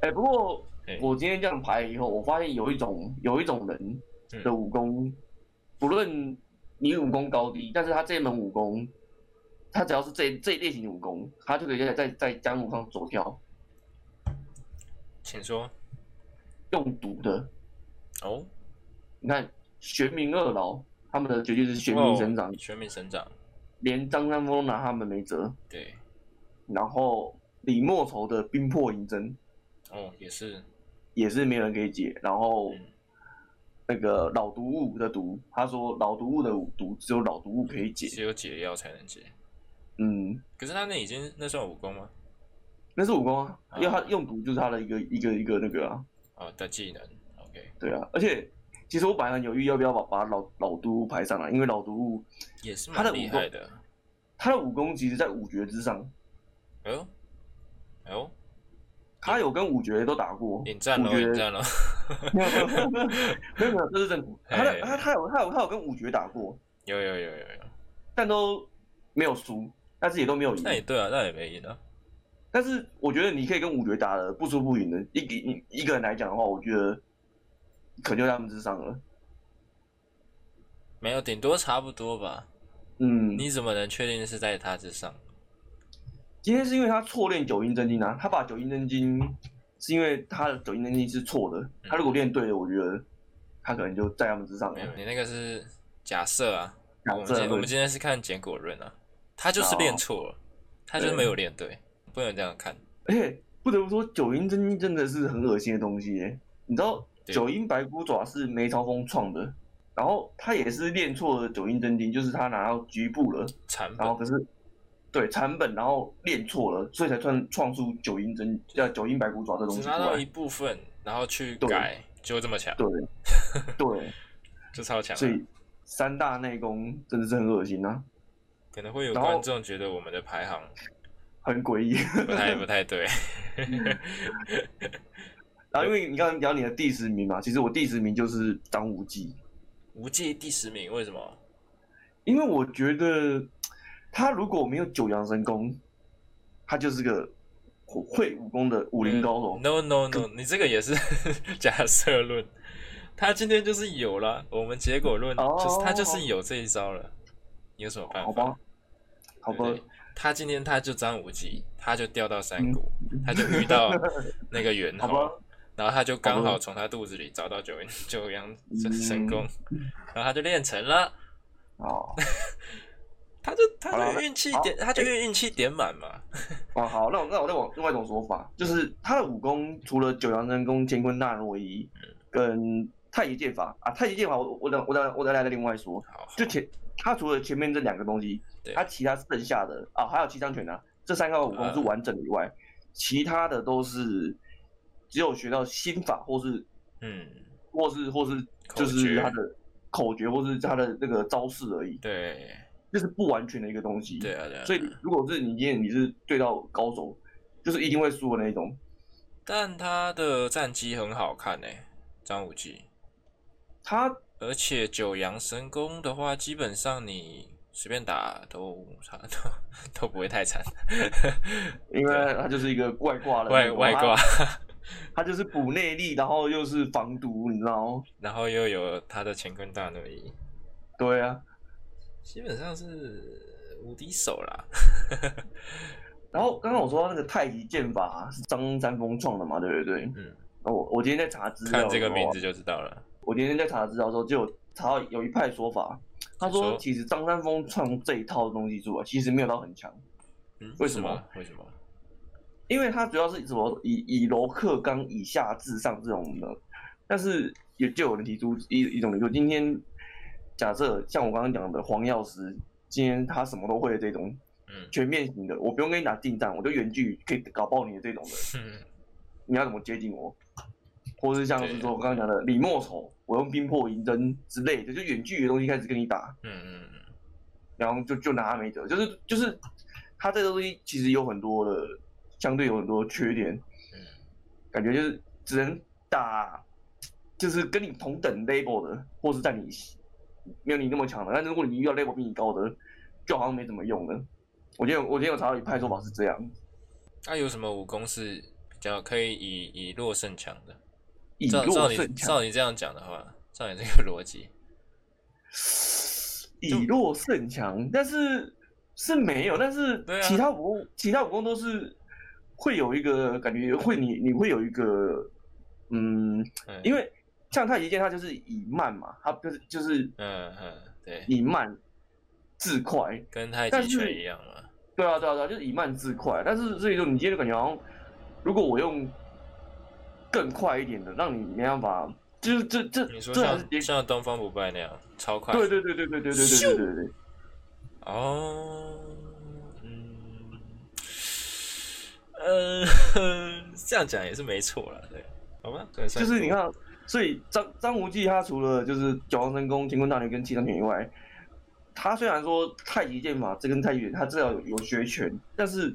哎、不过哎我今天这样排以后，我发现有一种有一种人嗯的武功，不论你武功高低，但是他这门武功，他只要是这这一类型的武功，他就可以在在在江湖上走跳。请说。用毒的，哦，你看玄冥二老他们的绝技是玄冥神掌，哦全民神掌，连张三丰都拿他们没辙。对，然后李莫愁的冰魄银针哦，也是，也是没有人可以解。然后嗯那个老毒物的毒，他说老毒物的毒只有老毒物可以解。只有解药才能解。嗯，可是他那已经那算武功吗？那是武功啊，啊因为他用毒就是他的一个一个一个那个啊，哦，的技能，OK，对啊。而且其实我本来很犹豫要不要把把老老毒物排上来，因为老毒物也是他的蛮武厉功害的。他的武功其实在五绝之上，哎呦，哎呦，他有跟五绝都打 过，引战五喽，绝引战喽。没有没有没有没有，这是正途。他的他他有他有他有跟五绝打过，有有有有有，但都没有输，但是也都没有赢那。也对啊，那也没赢啊。但是我觉得你可以跟五绝打的不输不赢的，一一一个人来讲的话，我觉得可能就在他们之上了。没有，顶多差不多吧。嗯，你怎么能确定是在他之上？今天是因为他错练九阴真经啊，他把九阴真经是因为他的九阴真经是错的，他如果练对了，我觉得他可能就在他们之上了没有，。你那个是假设啊。假我们设今我们对今天是看简果润啊，他就是练错了，他就是没有练对，不能这样看。而且不得不说，九阴真经真的是很恶心的东西耶。你知道对九阴白骨爪是梅超风创的，然后他也是练错了九阴真经，就是他拿到局部了，残然后本可是对残本，然后练错了，所以才创创出九阴真叫九阴白骨爪这东西只出拿到一来。部分，然后去对改，就这么强，对对，就超强啊所了。以三大内功真的是很恶心啊，可能会有然后观众觉得我们的排行很诡异。 不太不太对，然后因为你刚刚聊你的第十名嘛，其实我第十名就是张无忌，无忌第十名，为什么？因为我觉得他如果没有九阳神功，他就是个会会武功的武林高手。 No No No，你这个也是 假设论。他今天就是有了，我们结果论哦就是他就是有这一招了，你有什么办好法？吧，好吧嗯对，不对他今天他就张无忌，他就掉到山谷，他就 遇到那个猿嗯好吧猴，然后他就刚好好吧嗯从他肚子里找到九阴 九阳神功，然后他就练成了，好，他就他好了就运气好点，他就运气点满嘛。哦好，那我那我再往另外一种说法，就是他的武功除了九阳神功、乾坤大挪移嗯跟太极剑法啊，太极剑法我我等我等我等下再另外说，好，好就前他除了前面这两个东西对，他其他剩下的啊，还有七伤拳啊，这三个武功是嗯完整的以外，其他的都是只有学到心法或是嗯，或是或是口就是诀他的口诀或是他的那个招式而已，对就是不完全的一个东西。对啊 对啊。所以如果是你今天你是对到高手，就是一定会输的那一种。但他的战绩很好看呢、张无忌。他而且九阳神功的话，基本上你随便打都差都都不会太 惨，因为他就是一个外挂的外那种外挂。，他他就是补内力，然后又是防毒，你知道吗？然后又有他的乾坤大挪移，对啊，基本上是无敌手啦。然后刚刚我说到那个太极剑法是张三丰创的嘛，对不对？嗯，那我我今天在查资料，看这个名，字就知道了。啊我今天在查资料的时候就有查到有一派说法，他说说其实张三丰创这一套东西出来，其实没有到很强，嗯，为什么？为什么？因为他主要是什么以以柔克刚，以下至上这种的。但是也就有人提出一一种理论，今天假设像我刚刚讲的黄药师，今天他什么都会的这种嗯， 全面型的，我不用跟你打近战，我就远距离可以搞爆你的这种的。哼你要怎么接近我，或是像是对说我刚刚讲的李莫愁，我用冰魄银针之类的，就远距离的东西开始跟你打，嗯嗯嗯，然后就就拿他没辙，就是就是他这个东西其实有很多的，相对有很多缺点嗯，感觉就是只能打，就是跟你同等 level 的，或是在你没有你那么强的，但是如果你遇到 level 比你高的，就好像没怎么用了。我今天有我今天有查到一派说法是这样，那啊有什么武功是比较可以以以弱胜强的？以照照弱你胜强，照你这样讲的话，照你这个逻辑，以弱胜强，但是是没有，但是对啊其他武功、其他武功都是会有一个感觉会你你会有一个嗯，嗯，因为为像太极剑它就是以慢嘛，它就是就是嗯嗯，对，以慢制快，跟太但极是拳一样嘛。对啊对啊对啊，就是以慢制快，但是所以说你今天就感觉好像如果我用更快一点的，让你没办法，就是这这你说这还是像像东方不败那样超快，对对啊对对对对对对对对对。哦，嗯，呃，这样讲也是没错了，对，好吧，对，算就是你看，所以张张无忌他除了就是九阳神功、乾坤大挪移跟七伤拳以外，他虽然说太极剑法这跟太极拳他至少有有学拳，但是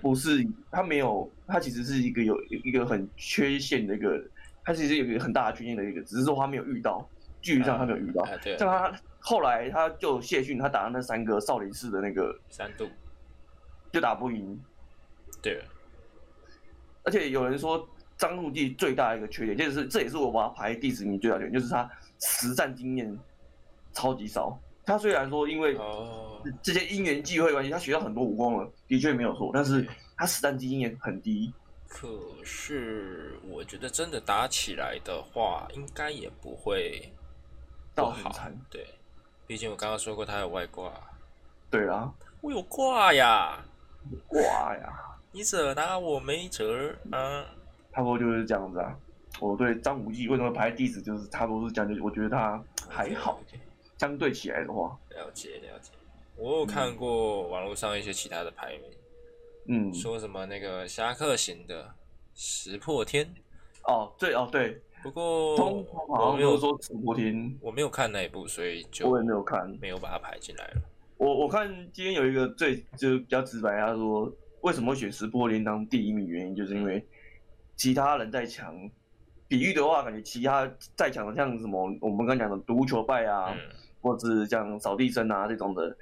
不是他没有，他其实是一个有一个很缺陷的一个，他其实有一个很大的缺陷的一个，只是说他没有遇到，距离上他没有遇到。啊，对，像他后来他就谢逊，他打那三个少林寺的那个三度，就打不赢，对，而且有人说张无忌最大的一个缺点，就是这也是我把他排第十名最大的缺点，就是他实战经验超级少。他虽然说因为哦，这些因缘际会关系，他学到很多武功了，的确没有错，但是他实战经验很低。可是我觉得真的打起来的话，应该也不会到不很好惨。对，毕竟我刚刚说过他有外挂，对啊，我有挂呀，哇呀，你怎拿我没辙啊？差不多就是这样子啊。我对张无忌为什么排第十，就是差不多是这样，就是我觉得他还好， OK，OK，相对起来的话，了解了解。我有看过网络上一些其他的排名，嗯，说什么那个侠客型的石破天，哦，对哦对，不过通常好我像没都有是说直播厅，我没有看那一部，所以就我也没有看。没有把它排进来了。我我看今天有一个最就是比较直白，他说为什么会选石破天当第一名，原因就是因为其他人在强。比喻的话，感觉其他在强的像什么我们刚讲的独球拜啊，嗯，或者是像扫地僧啊这种的，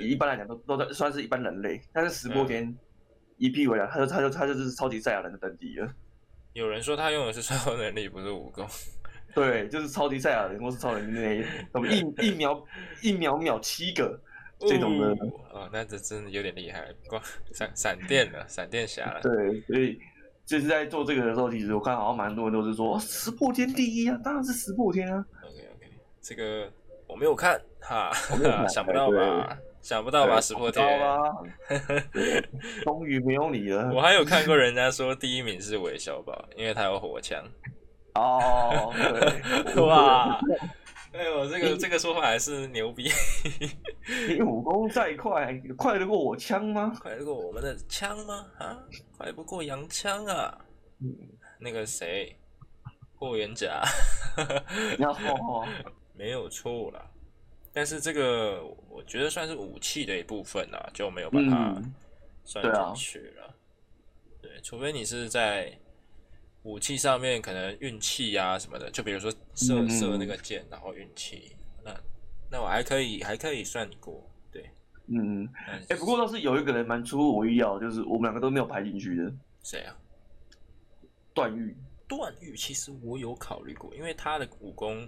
一是般来讲都都在算是一般人类，但是石破天一屁为了，他就他就他就是超级赛亚人的等级了。有人说他用的是超能力，不是武功。对，就是超级赛亚人或是超人那一什么一一秒一秒秒七个这种的。哦，哦那这真的有点厉害，光闪闪电了，闪电侠了。对，所以就是在做这个的时候，其实我看好像蛮多人都是说、哦、石破天第一啊，当然是石破天啊。 OK OK，这个我没有看哈，我没有看哎想不到吧？想不到吧，对啊石破糟 天。啦，对终于没有你了。我还有看过人家说第一名是韦小宝，因为他有 火枪。哦， 对，哇，哎呦，这个这个说法还是牛逼， 你武功再快，快得过我枪吗？ 快得过我们的枪吗？啊，快不过洋枪啊！嗯那个谁，霍元甲， 然后。哦没有错啦。但是这个我觉得算是武器的一部分啦，就没有把它嗯算对啊进去了。对，除非你是在武器上面可能运气呀什么的，就比如说射、嗯嗯射那个箭，然后运气，那那我还可以还可以算你过。对，嗯，哎哎、不过倒是有一个人蛮出乎我意料，就是我们两个都没有排进去的，谁啊？段誉。段誉其实我有考虑过，因为他的武功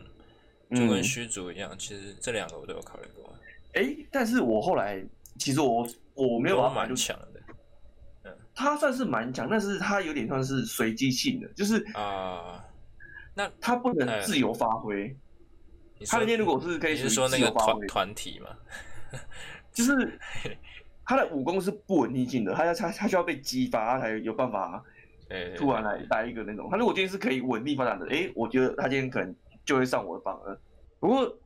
就跟嗯虚竹一样，其实这两个我都有考虑过，哎、但是我后来其实我我没有都办法，蛮就强的他算是蛮强，但是他有点算是随机性的，就是啊、那他不能哎自由发挥。你他说那天如果是可以你属于是说那自由个发团挥，团体嘛？就是他的武功是不稳定性的，他要他他需要被激发，他才有办法对对突然来来一个那种。他如果今天是可以稳定发展的，诶，我觉得他今天可能就会上我的榜了。不过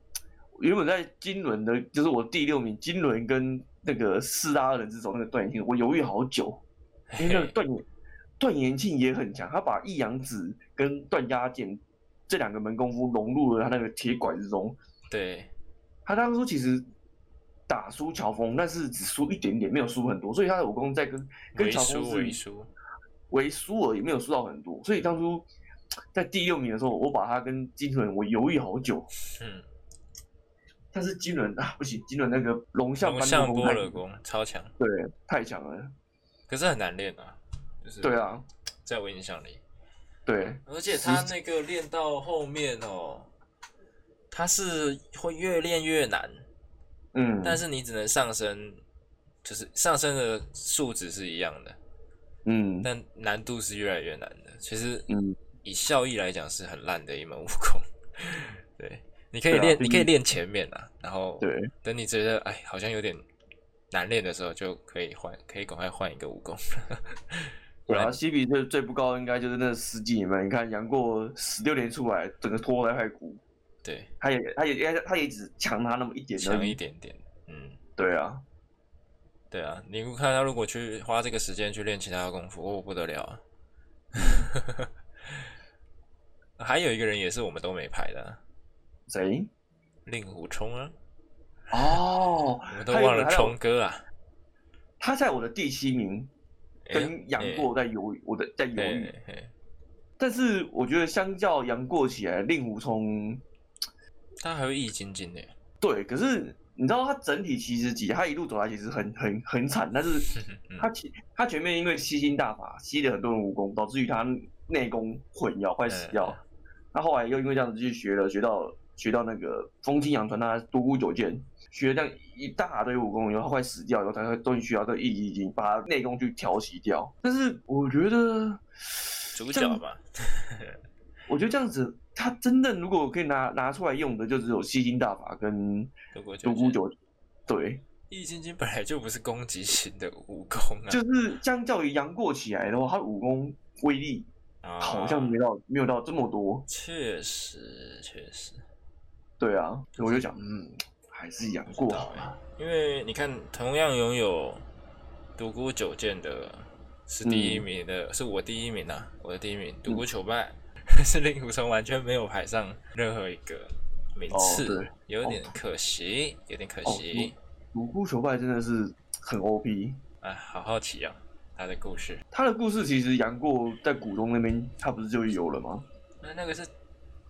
原本在金轮的，就是我第六名，金轮跟那个四大二人之首那个段延庆，我犹豫好久，因为那个段延 段延庆也很强，他把一阳指跟段家剑这两个门功夫融入了他那个铁拐之中。对他当初其实打输乔峰，但是只输一点点，没有输很多，所以他的武功在跟跟为乔峰输为是输，为苏尔也没有输到很多，所以当初在第六名的时候，我把他跟金轮我犹豫好久，嗯，但是金轮啊不行，金轮那个龙象龙般象的功波乐太功超强，对太强了，可是很难练啊，就是对，啊在我印象里，对，而且他那个练到后面哦，他是会越练越难，嗯，但是是你只能上升，就是上升的数值是一样的，嗯但难度是越来越难的。其实嗯以效益来讲是很烂的一门武功， 对，你可以对啊练，毕你竟可以练前面啊，然后对，等你觉得哎好像有点难练的时候，就可以换，可以赶快换一个武功。 对啊，西比最最不高应该就是那十几年嘛，你看杨过十六年出来，整个脱胎换骨，对，他也他也他也只强他那么一点而强一已，点点，嗯，对啊，对啊，你看他如果去花这个时间去练其他的功夫，哦不得了啊！ 还有一个人也是我们都没排的啊、谁？令狐冲啊，哦，我们都忘了冲哥啊，他在我的第七名，跟杨过在犹豫，我的在哎犹豫。对，嘿但是我觉得相较杨过起来，令狐冲他还会易筋经的，对，可是你知道他整体其实几，他一路走来其实很很很惨，但 是嗯他前他前面因为吸星大法吸了很多人武功，导嗯致于他内功混淆，快死掉。那后来又因为这样子去学了，学到学到那个风清扬传他独孤九剑，学了这样一大堆武功以后，他快死掉以后，他才终于学到这个易筋经，把他内功去调息掉。但是我觉得主这角样嘛，我觉得这样子，他真正如果可以拿拿出来用的，就只有吸金大法跟独独孤九孤剑。九。对，易筋经本来就不是攻击型的武功啊，就是相较于杨过起来的话，他武功威力啊好像没到没有到这么多。确实确实对啊，所以我就讲，嗯，还是杨过不欸好啊。因为你看，同样拥有独孤九剑的是嗯第一名的，是我第一名啊，我的第一名，独孤求败、 是令狐冲完全没有排上任何一个名哦次，对有点可惜，有点可哦惜、独孤求败真的是很 OP。啊，好好奇啊，他的故事，他的故事其实杨过在古中那边他不是就有了 吗？那那个是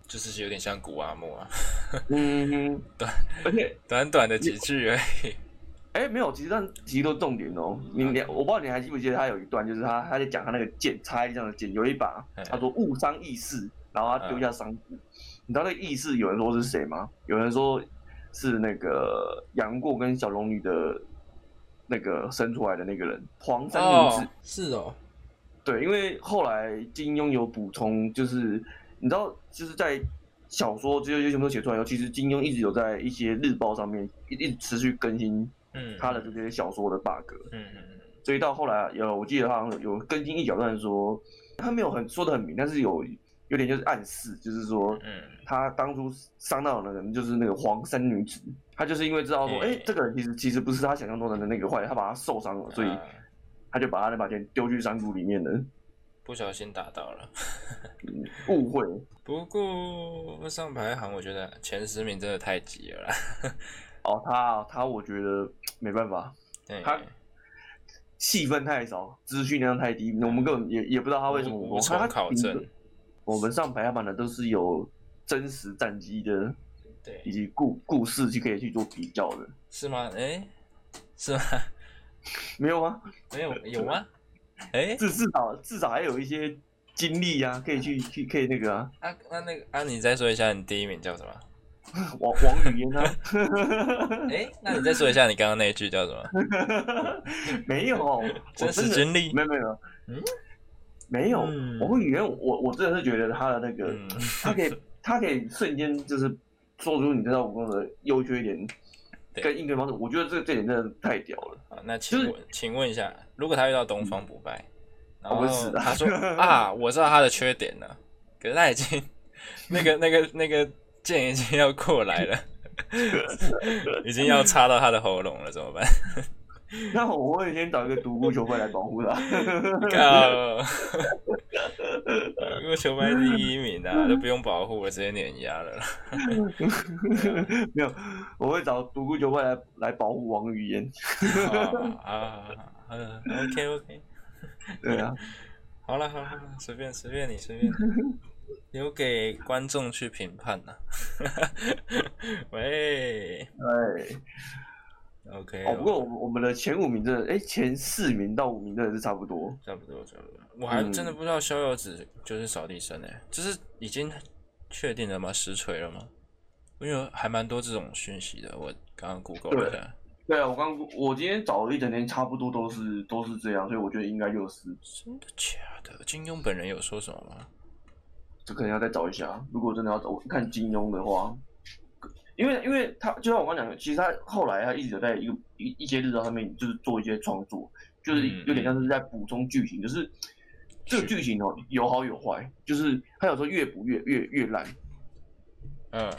就是有点像古阿莫啊， 嗯，对，而且短短的几句而已，哎、没有，其实但其实都重点哦。你你我不知道你还记不记得他有一段，就是他他在讲他那个剑插一这样的剑，有一把嗯他说误伤义士，然后他丢下伤骨。你知道那个义士有人说是谁吗？有人说是那个杨过跟小龙女的那个生出来的那个人黄山义士。哦，是哦，对，因为后来金庸有补充，就是你知道，就是在小说这些全部都写出来以后，其实金庸一直有在一些日报上面一一直持续更新嗯，他的这些小说的 bug，嗯嗯嗯所以到后来有我记得他好像有更新一小段说，他没有很说的很明，但是有有点就是暗示，就是说嗯他当初伤到的人就是那个黄衫女子，他就是因为知道说，哎、嗯这个人其实其实不是他想象中的那个坏人，他把他受伤了，所以啊他就把他那把剑丢去山谷里面了，不小心打到了。误会。不过上排行，我觉得前十名真的太挤了啦。 哦，他啊他我觉得没办法，对，他戏份太少，资讯量太低，我们根本也也不知道他为什么无我无看他从考顶多证。我们上排行榜的都是有真实战绩的，以对，及故故事就可以去做比较的，是吗？哎， 是吗？没有吗？没有有吗？ 哎，至至少至少还有一些经历啊，可以去去可以那个啊，啊，那那个啊，你再说一下你第一名叫什么？王王语嫣啊，哎，那你再说一下你刚刚那一句叫什 么？没 有，我真实的经历。没有没有，嗯没有嗯王语嫣，我我真的是觉得他的那个。嗯，他 可以，他可以瞬间就是说出你这套武功的优缺点对跟应对方式，我觉得这这点真的太屌了。好啊那请问，请问一下，如果他遇到东方不败，然后我死啊 他说啊，我知道他的缺点了，可是他已经那个那个那个剑已经要过 来了，已经要插到他的喉咙了，怎么办？ 那我会先找一个独孤求败来保护他。靠！如果球拍第一名啊，都不用保护了，直接碾压了啦。 没有，我会找独孤求败来来保护王语 嫣。啊啊啊！OK OK，对啊，好了好了，好了随便随便你随便你，留给观众去评判呐、 喂哎， ，OK，哦，不过我们我们的前五名真的，哎，前四名到五名真的是差不多。差不多差不多，我还真的不知道逍遥子就是扫地僧哎、这是已经确定了吗？实锤了吗？因为还蛮多这种讯息的，我刚刚 Google 了一下，对啊，我刚我今天找了一整天，差不多都是都是这样，所以我觉得应该就是真的假的？金庸本人有说什么吗？这可能要再找一下。如果真的要找看金庸的话，因为因为他就像我刚讲的，其实他后来他一直有在一个一一些日常上面就是做一些创作，就是嗯有点像是在补充剧情，就是这个剧情哦有好有坏，就是他有时候越补越越越烂，嗯，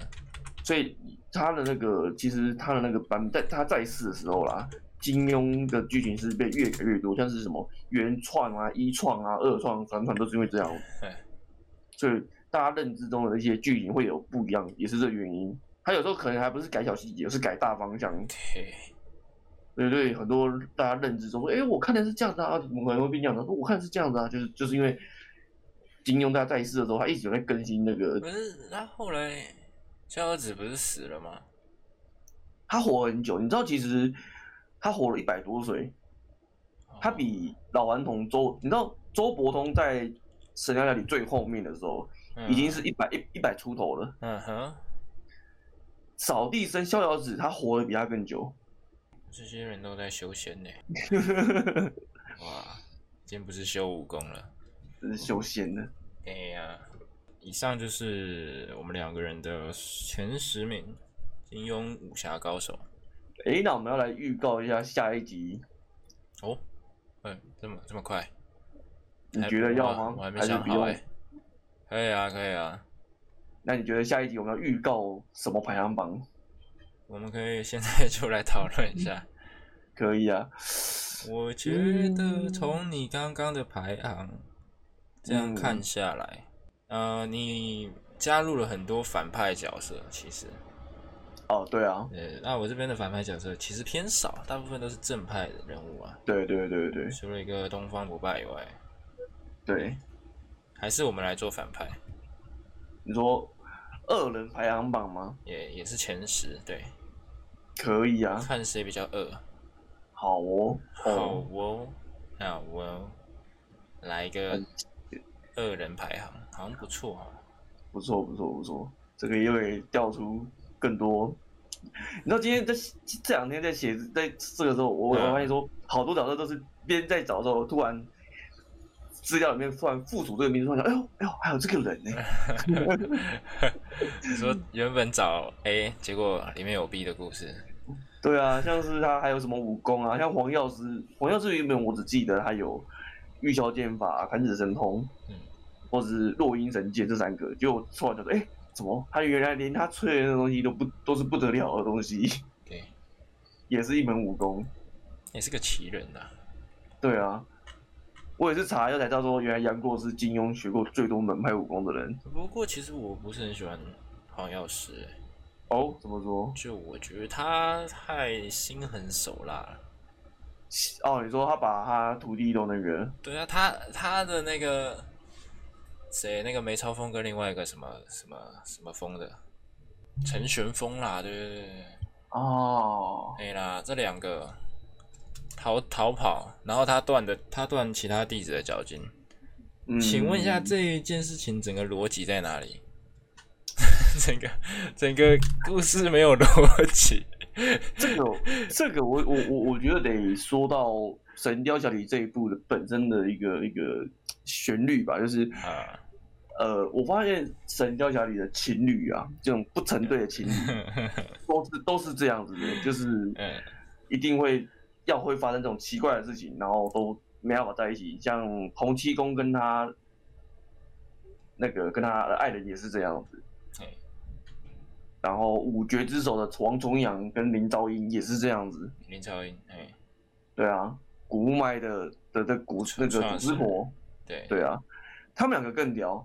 所以他的那个其实他的那个版本在他在世的时候啦。金庸的剧情是被越改越多，像是什么原创啊、一创啊、二创、三创，都是因为这样。所以大家认知中的一些剧情会有不一样，也是这原因。他有时候可能还不是改小细节，而是改大方向。对，对对，很多大家认知中说，哎，我看的是这样子啊，怎么可能会变这样子？说我看的是这样子啊，就是就是因为金庸他在世的时候，他一直有在更新那个不，是那后来逍遥子不是死了吗？他活了很久。你知道，其实他活了一百多岁，哦他比老顽童周，你知道周伯通在《嗯神雕侠侣》最后面的时候，已经是一百一一百出头了。嗯哼，扫地僧逍遥子他活得比他更久。 这些人都在修仙呢、哇，今天不是修武功了。这是修仙的。哎呀，以上就是我们两个人的前十名金庸武侠高手。诶，那我们要来预告一下下一集，哦，嗯，这么这么快？你觉得要吗？我还没还是想不好用？哎、可以啊，可以啊，那你觉得下一集我们要预告什么排行榜？我们可以现在就来讨论一下。可以啊，我觉得从你刚刚的排行这样看下来，呃，你加入了很多反派角色，其实，哦，对啊，呃，那我这边的反派角色其实偏少，大部分都是正派的人物啊，对对对对除了一个东方不败以外，对，还是我们来做反派，你说恶人排行榜吗？也也是前十，对，可以啊，看谁比较恶。好哦，好哦，哦，好哦，来一个二人排行，好像不错哦。不错不错不错，这个又可以调出更多。你知道今天在这两天在写在这个时候，我我嗯发现说好多角色都是边在找的时候，突然资料里面突然附属这个名字，突然想，哎呦哎呦，还有这个人呢、 你说原本找 A，结果里面有 B 的故事，对啊，像是他还有什么武功啊，像黄药师，黄药师原本我只记得他有玉箫剑法、砍指神通，嗯或者是落阴神剑这三个，结果突然就说，哎、怎么他原来连他吹的那东西都不都是不得了的东西，对，也是一门武功。也是个奇人呐、对啊，我也是查一下才知道说，原来杨过是金庸学过最多门派武功的人。不过其实我不是很喜欢黄药师、欸哦，怎么说？就我觉得他太心狠手辣了。哦，你说他把他徒弟都那个，对啊，他他的那个谁，那个梅超风跟另外一个什么什么什么风的陈玄风啦，对对对对。哦，对啦，这两个逃逃跑，然后他断的他断其他弟子的脚筋。嗯，请问一下，这一件事情整个逻辑在哪里？ 整个整个故事没有逻辑。这个这个我我我我觉得得说到《神雕侠侣》这一部的本身的一个一个旋律吧，就是啊， 呃，我发现《神雕侠侣》的情侣啊，这种不成对的情侣都是都是这样子的，就是嗯，一定会要会发生这种奇怪的事情，然后都没办法在一起。像洪七公跟他那个跟他的爱人也是这样子对，然后五绝之首的王重阳跟林朝英也是这样子。林超英，哎，对啊，古雾霾的的的古那个算古是之婆，对，对啊，他们两个更屌。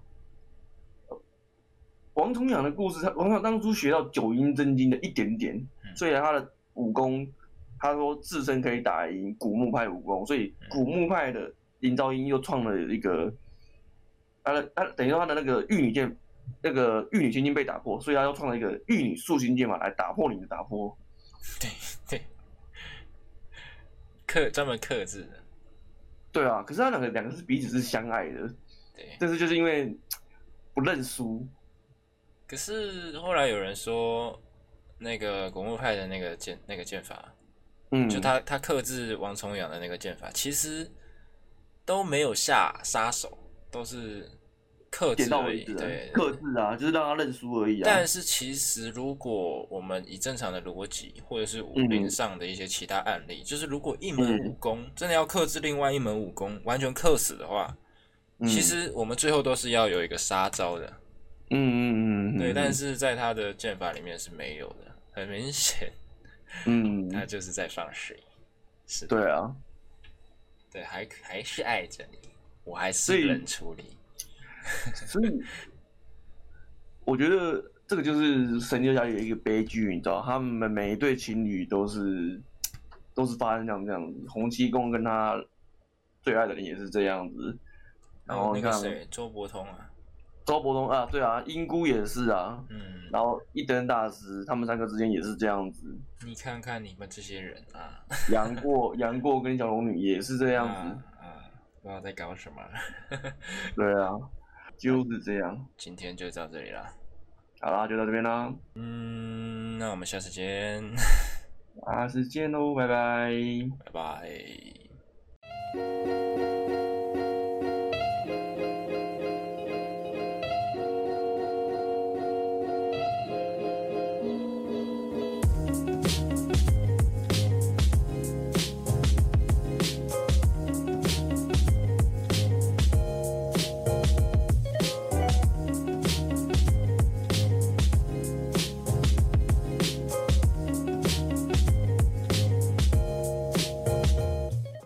王重阳的故事，他王重阳当初学到九阴真经的一点点，嗯所以他的武功，他说自身可以打赢古墓派武功，所以嗯古墓派的林昭英又创了一个，他的他等于说他的那个玉女剑，那个玉女千金被打破，所以他又创了一个玉女素心剑法来打破你的打破，克专门克制的，对啊，可是他两个两个是彼此是相爱的，对。但是就是因为不认输，可是后来有人说，那个古墓派的那个剑那个剑法，嗯，就他他克制王重阳的那个剑法，其实都没有下杀手，都是克点制到而为已。止、啊，对，克制啊，就是让他认输而已啊。但是其实如果我们以正常的逻辑，或者是武嗯林上的一些其他案例，就是如果一门武功真的要克制另外一门武功，完全克死的话，嗯其，实我们最后都是要有一个杀招的。嗯嗯嗯嗯，对，嗯但是在他的剑法里面是没有的，很明显嗯，他就是在放水。是的。对啊，对，还可还是爱着你，我还所是以不能处理。所以我觉得这个就是神雕侠侣的一个悲剧，你知道，他们每一对情侣都是都是发生这样这样子，洪七公跟他最爱的人也是这样子，然后哦嗯那你个看谁，周伯通啊，周伯通啊，对啊，英姑也是啊。嗯，然后一灯大师，他们三个之间也是这样子，你看看你们这些人啊，杨过、杨过跟小龙女也是这这样子，啊啊，不知道在搞什么。 对啊，就是这样。今天就到这里啦，好啦，就到这边啦，嗯，那我们下次见， 啊，时间喽，拜拜。拜拜。